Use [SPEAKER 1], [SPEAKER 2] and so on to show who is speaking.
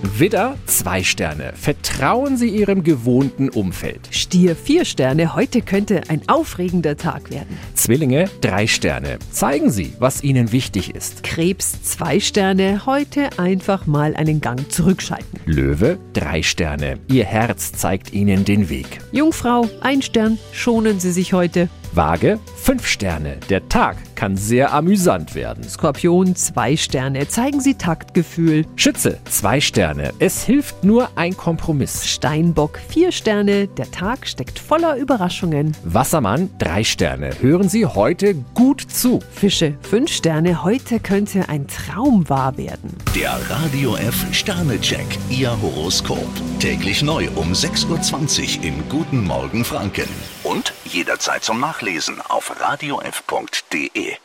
[SPEAKER 1] Widder, zwei Sterne. Vertrauen Sie Ihrem gewohnten Umfeld.
[SPEAKER 2] Stier vier Sterne, heute könnte ein aufregender Tag werden.
[SPEAKER 1] Zwillinge, drei Sterne. Zeigen Sie, was Ihnen wichtig ist.
[SPEAKER 2] Krebs zwei Sterne, heute einfach mal einen Gang zurückschalten.
[SPEAKER 1] Löwe, drei Sterne. Ihr Herz zeigt Ihnen den Weg.
[SPEAKER 2] Jungfrau ein Stern, schonen Sie sich heute.
[SPEAKER 1] Waage, fünf Sterne. Der Tag kann sehr amüsant werden.
[SPEAKER 2] Skorpion zwei Sterne, zeigen Sie Taktgefühl.
[SPEAKER 1] Schütze, zwei Sterne. Es hilft nur ein Kompromiss.
[SPEAKER 2] Steinbock vier Sterne, der Tag steckt voller Überraschungen.
[SPEAKER 1] Wassermann, drei Sterne. Hören Sie heute gut zu.
[SPEAKER 2] Fische fünf Sterne, heute könnte ein Traum wahr werden.
[SPEAKER 3] Der Radio F Sternecheck. Ihr Horoskop. Täglich neu um 6.20 Uhr im Guten Morgen Franken. Und jederzeit zum Nachlesen auf radiof.de.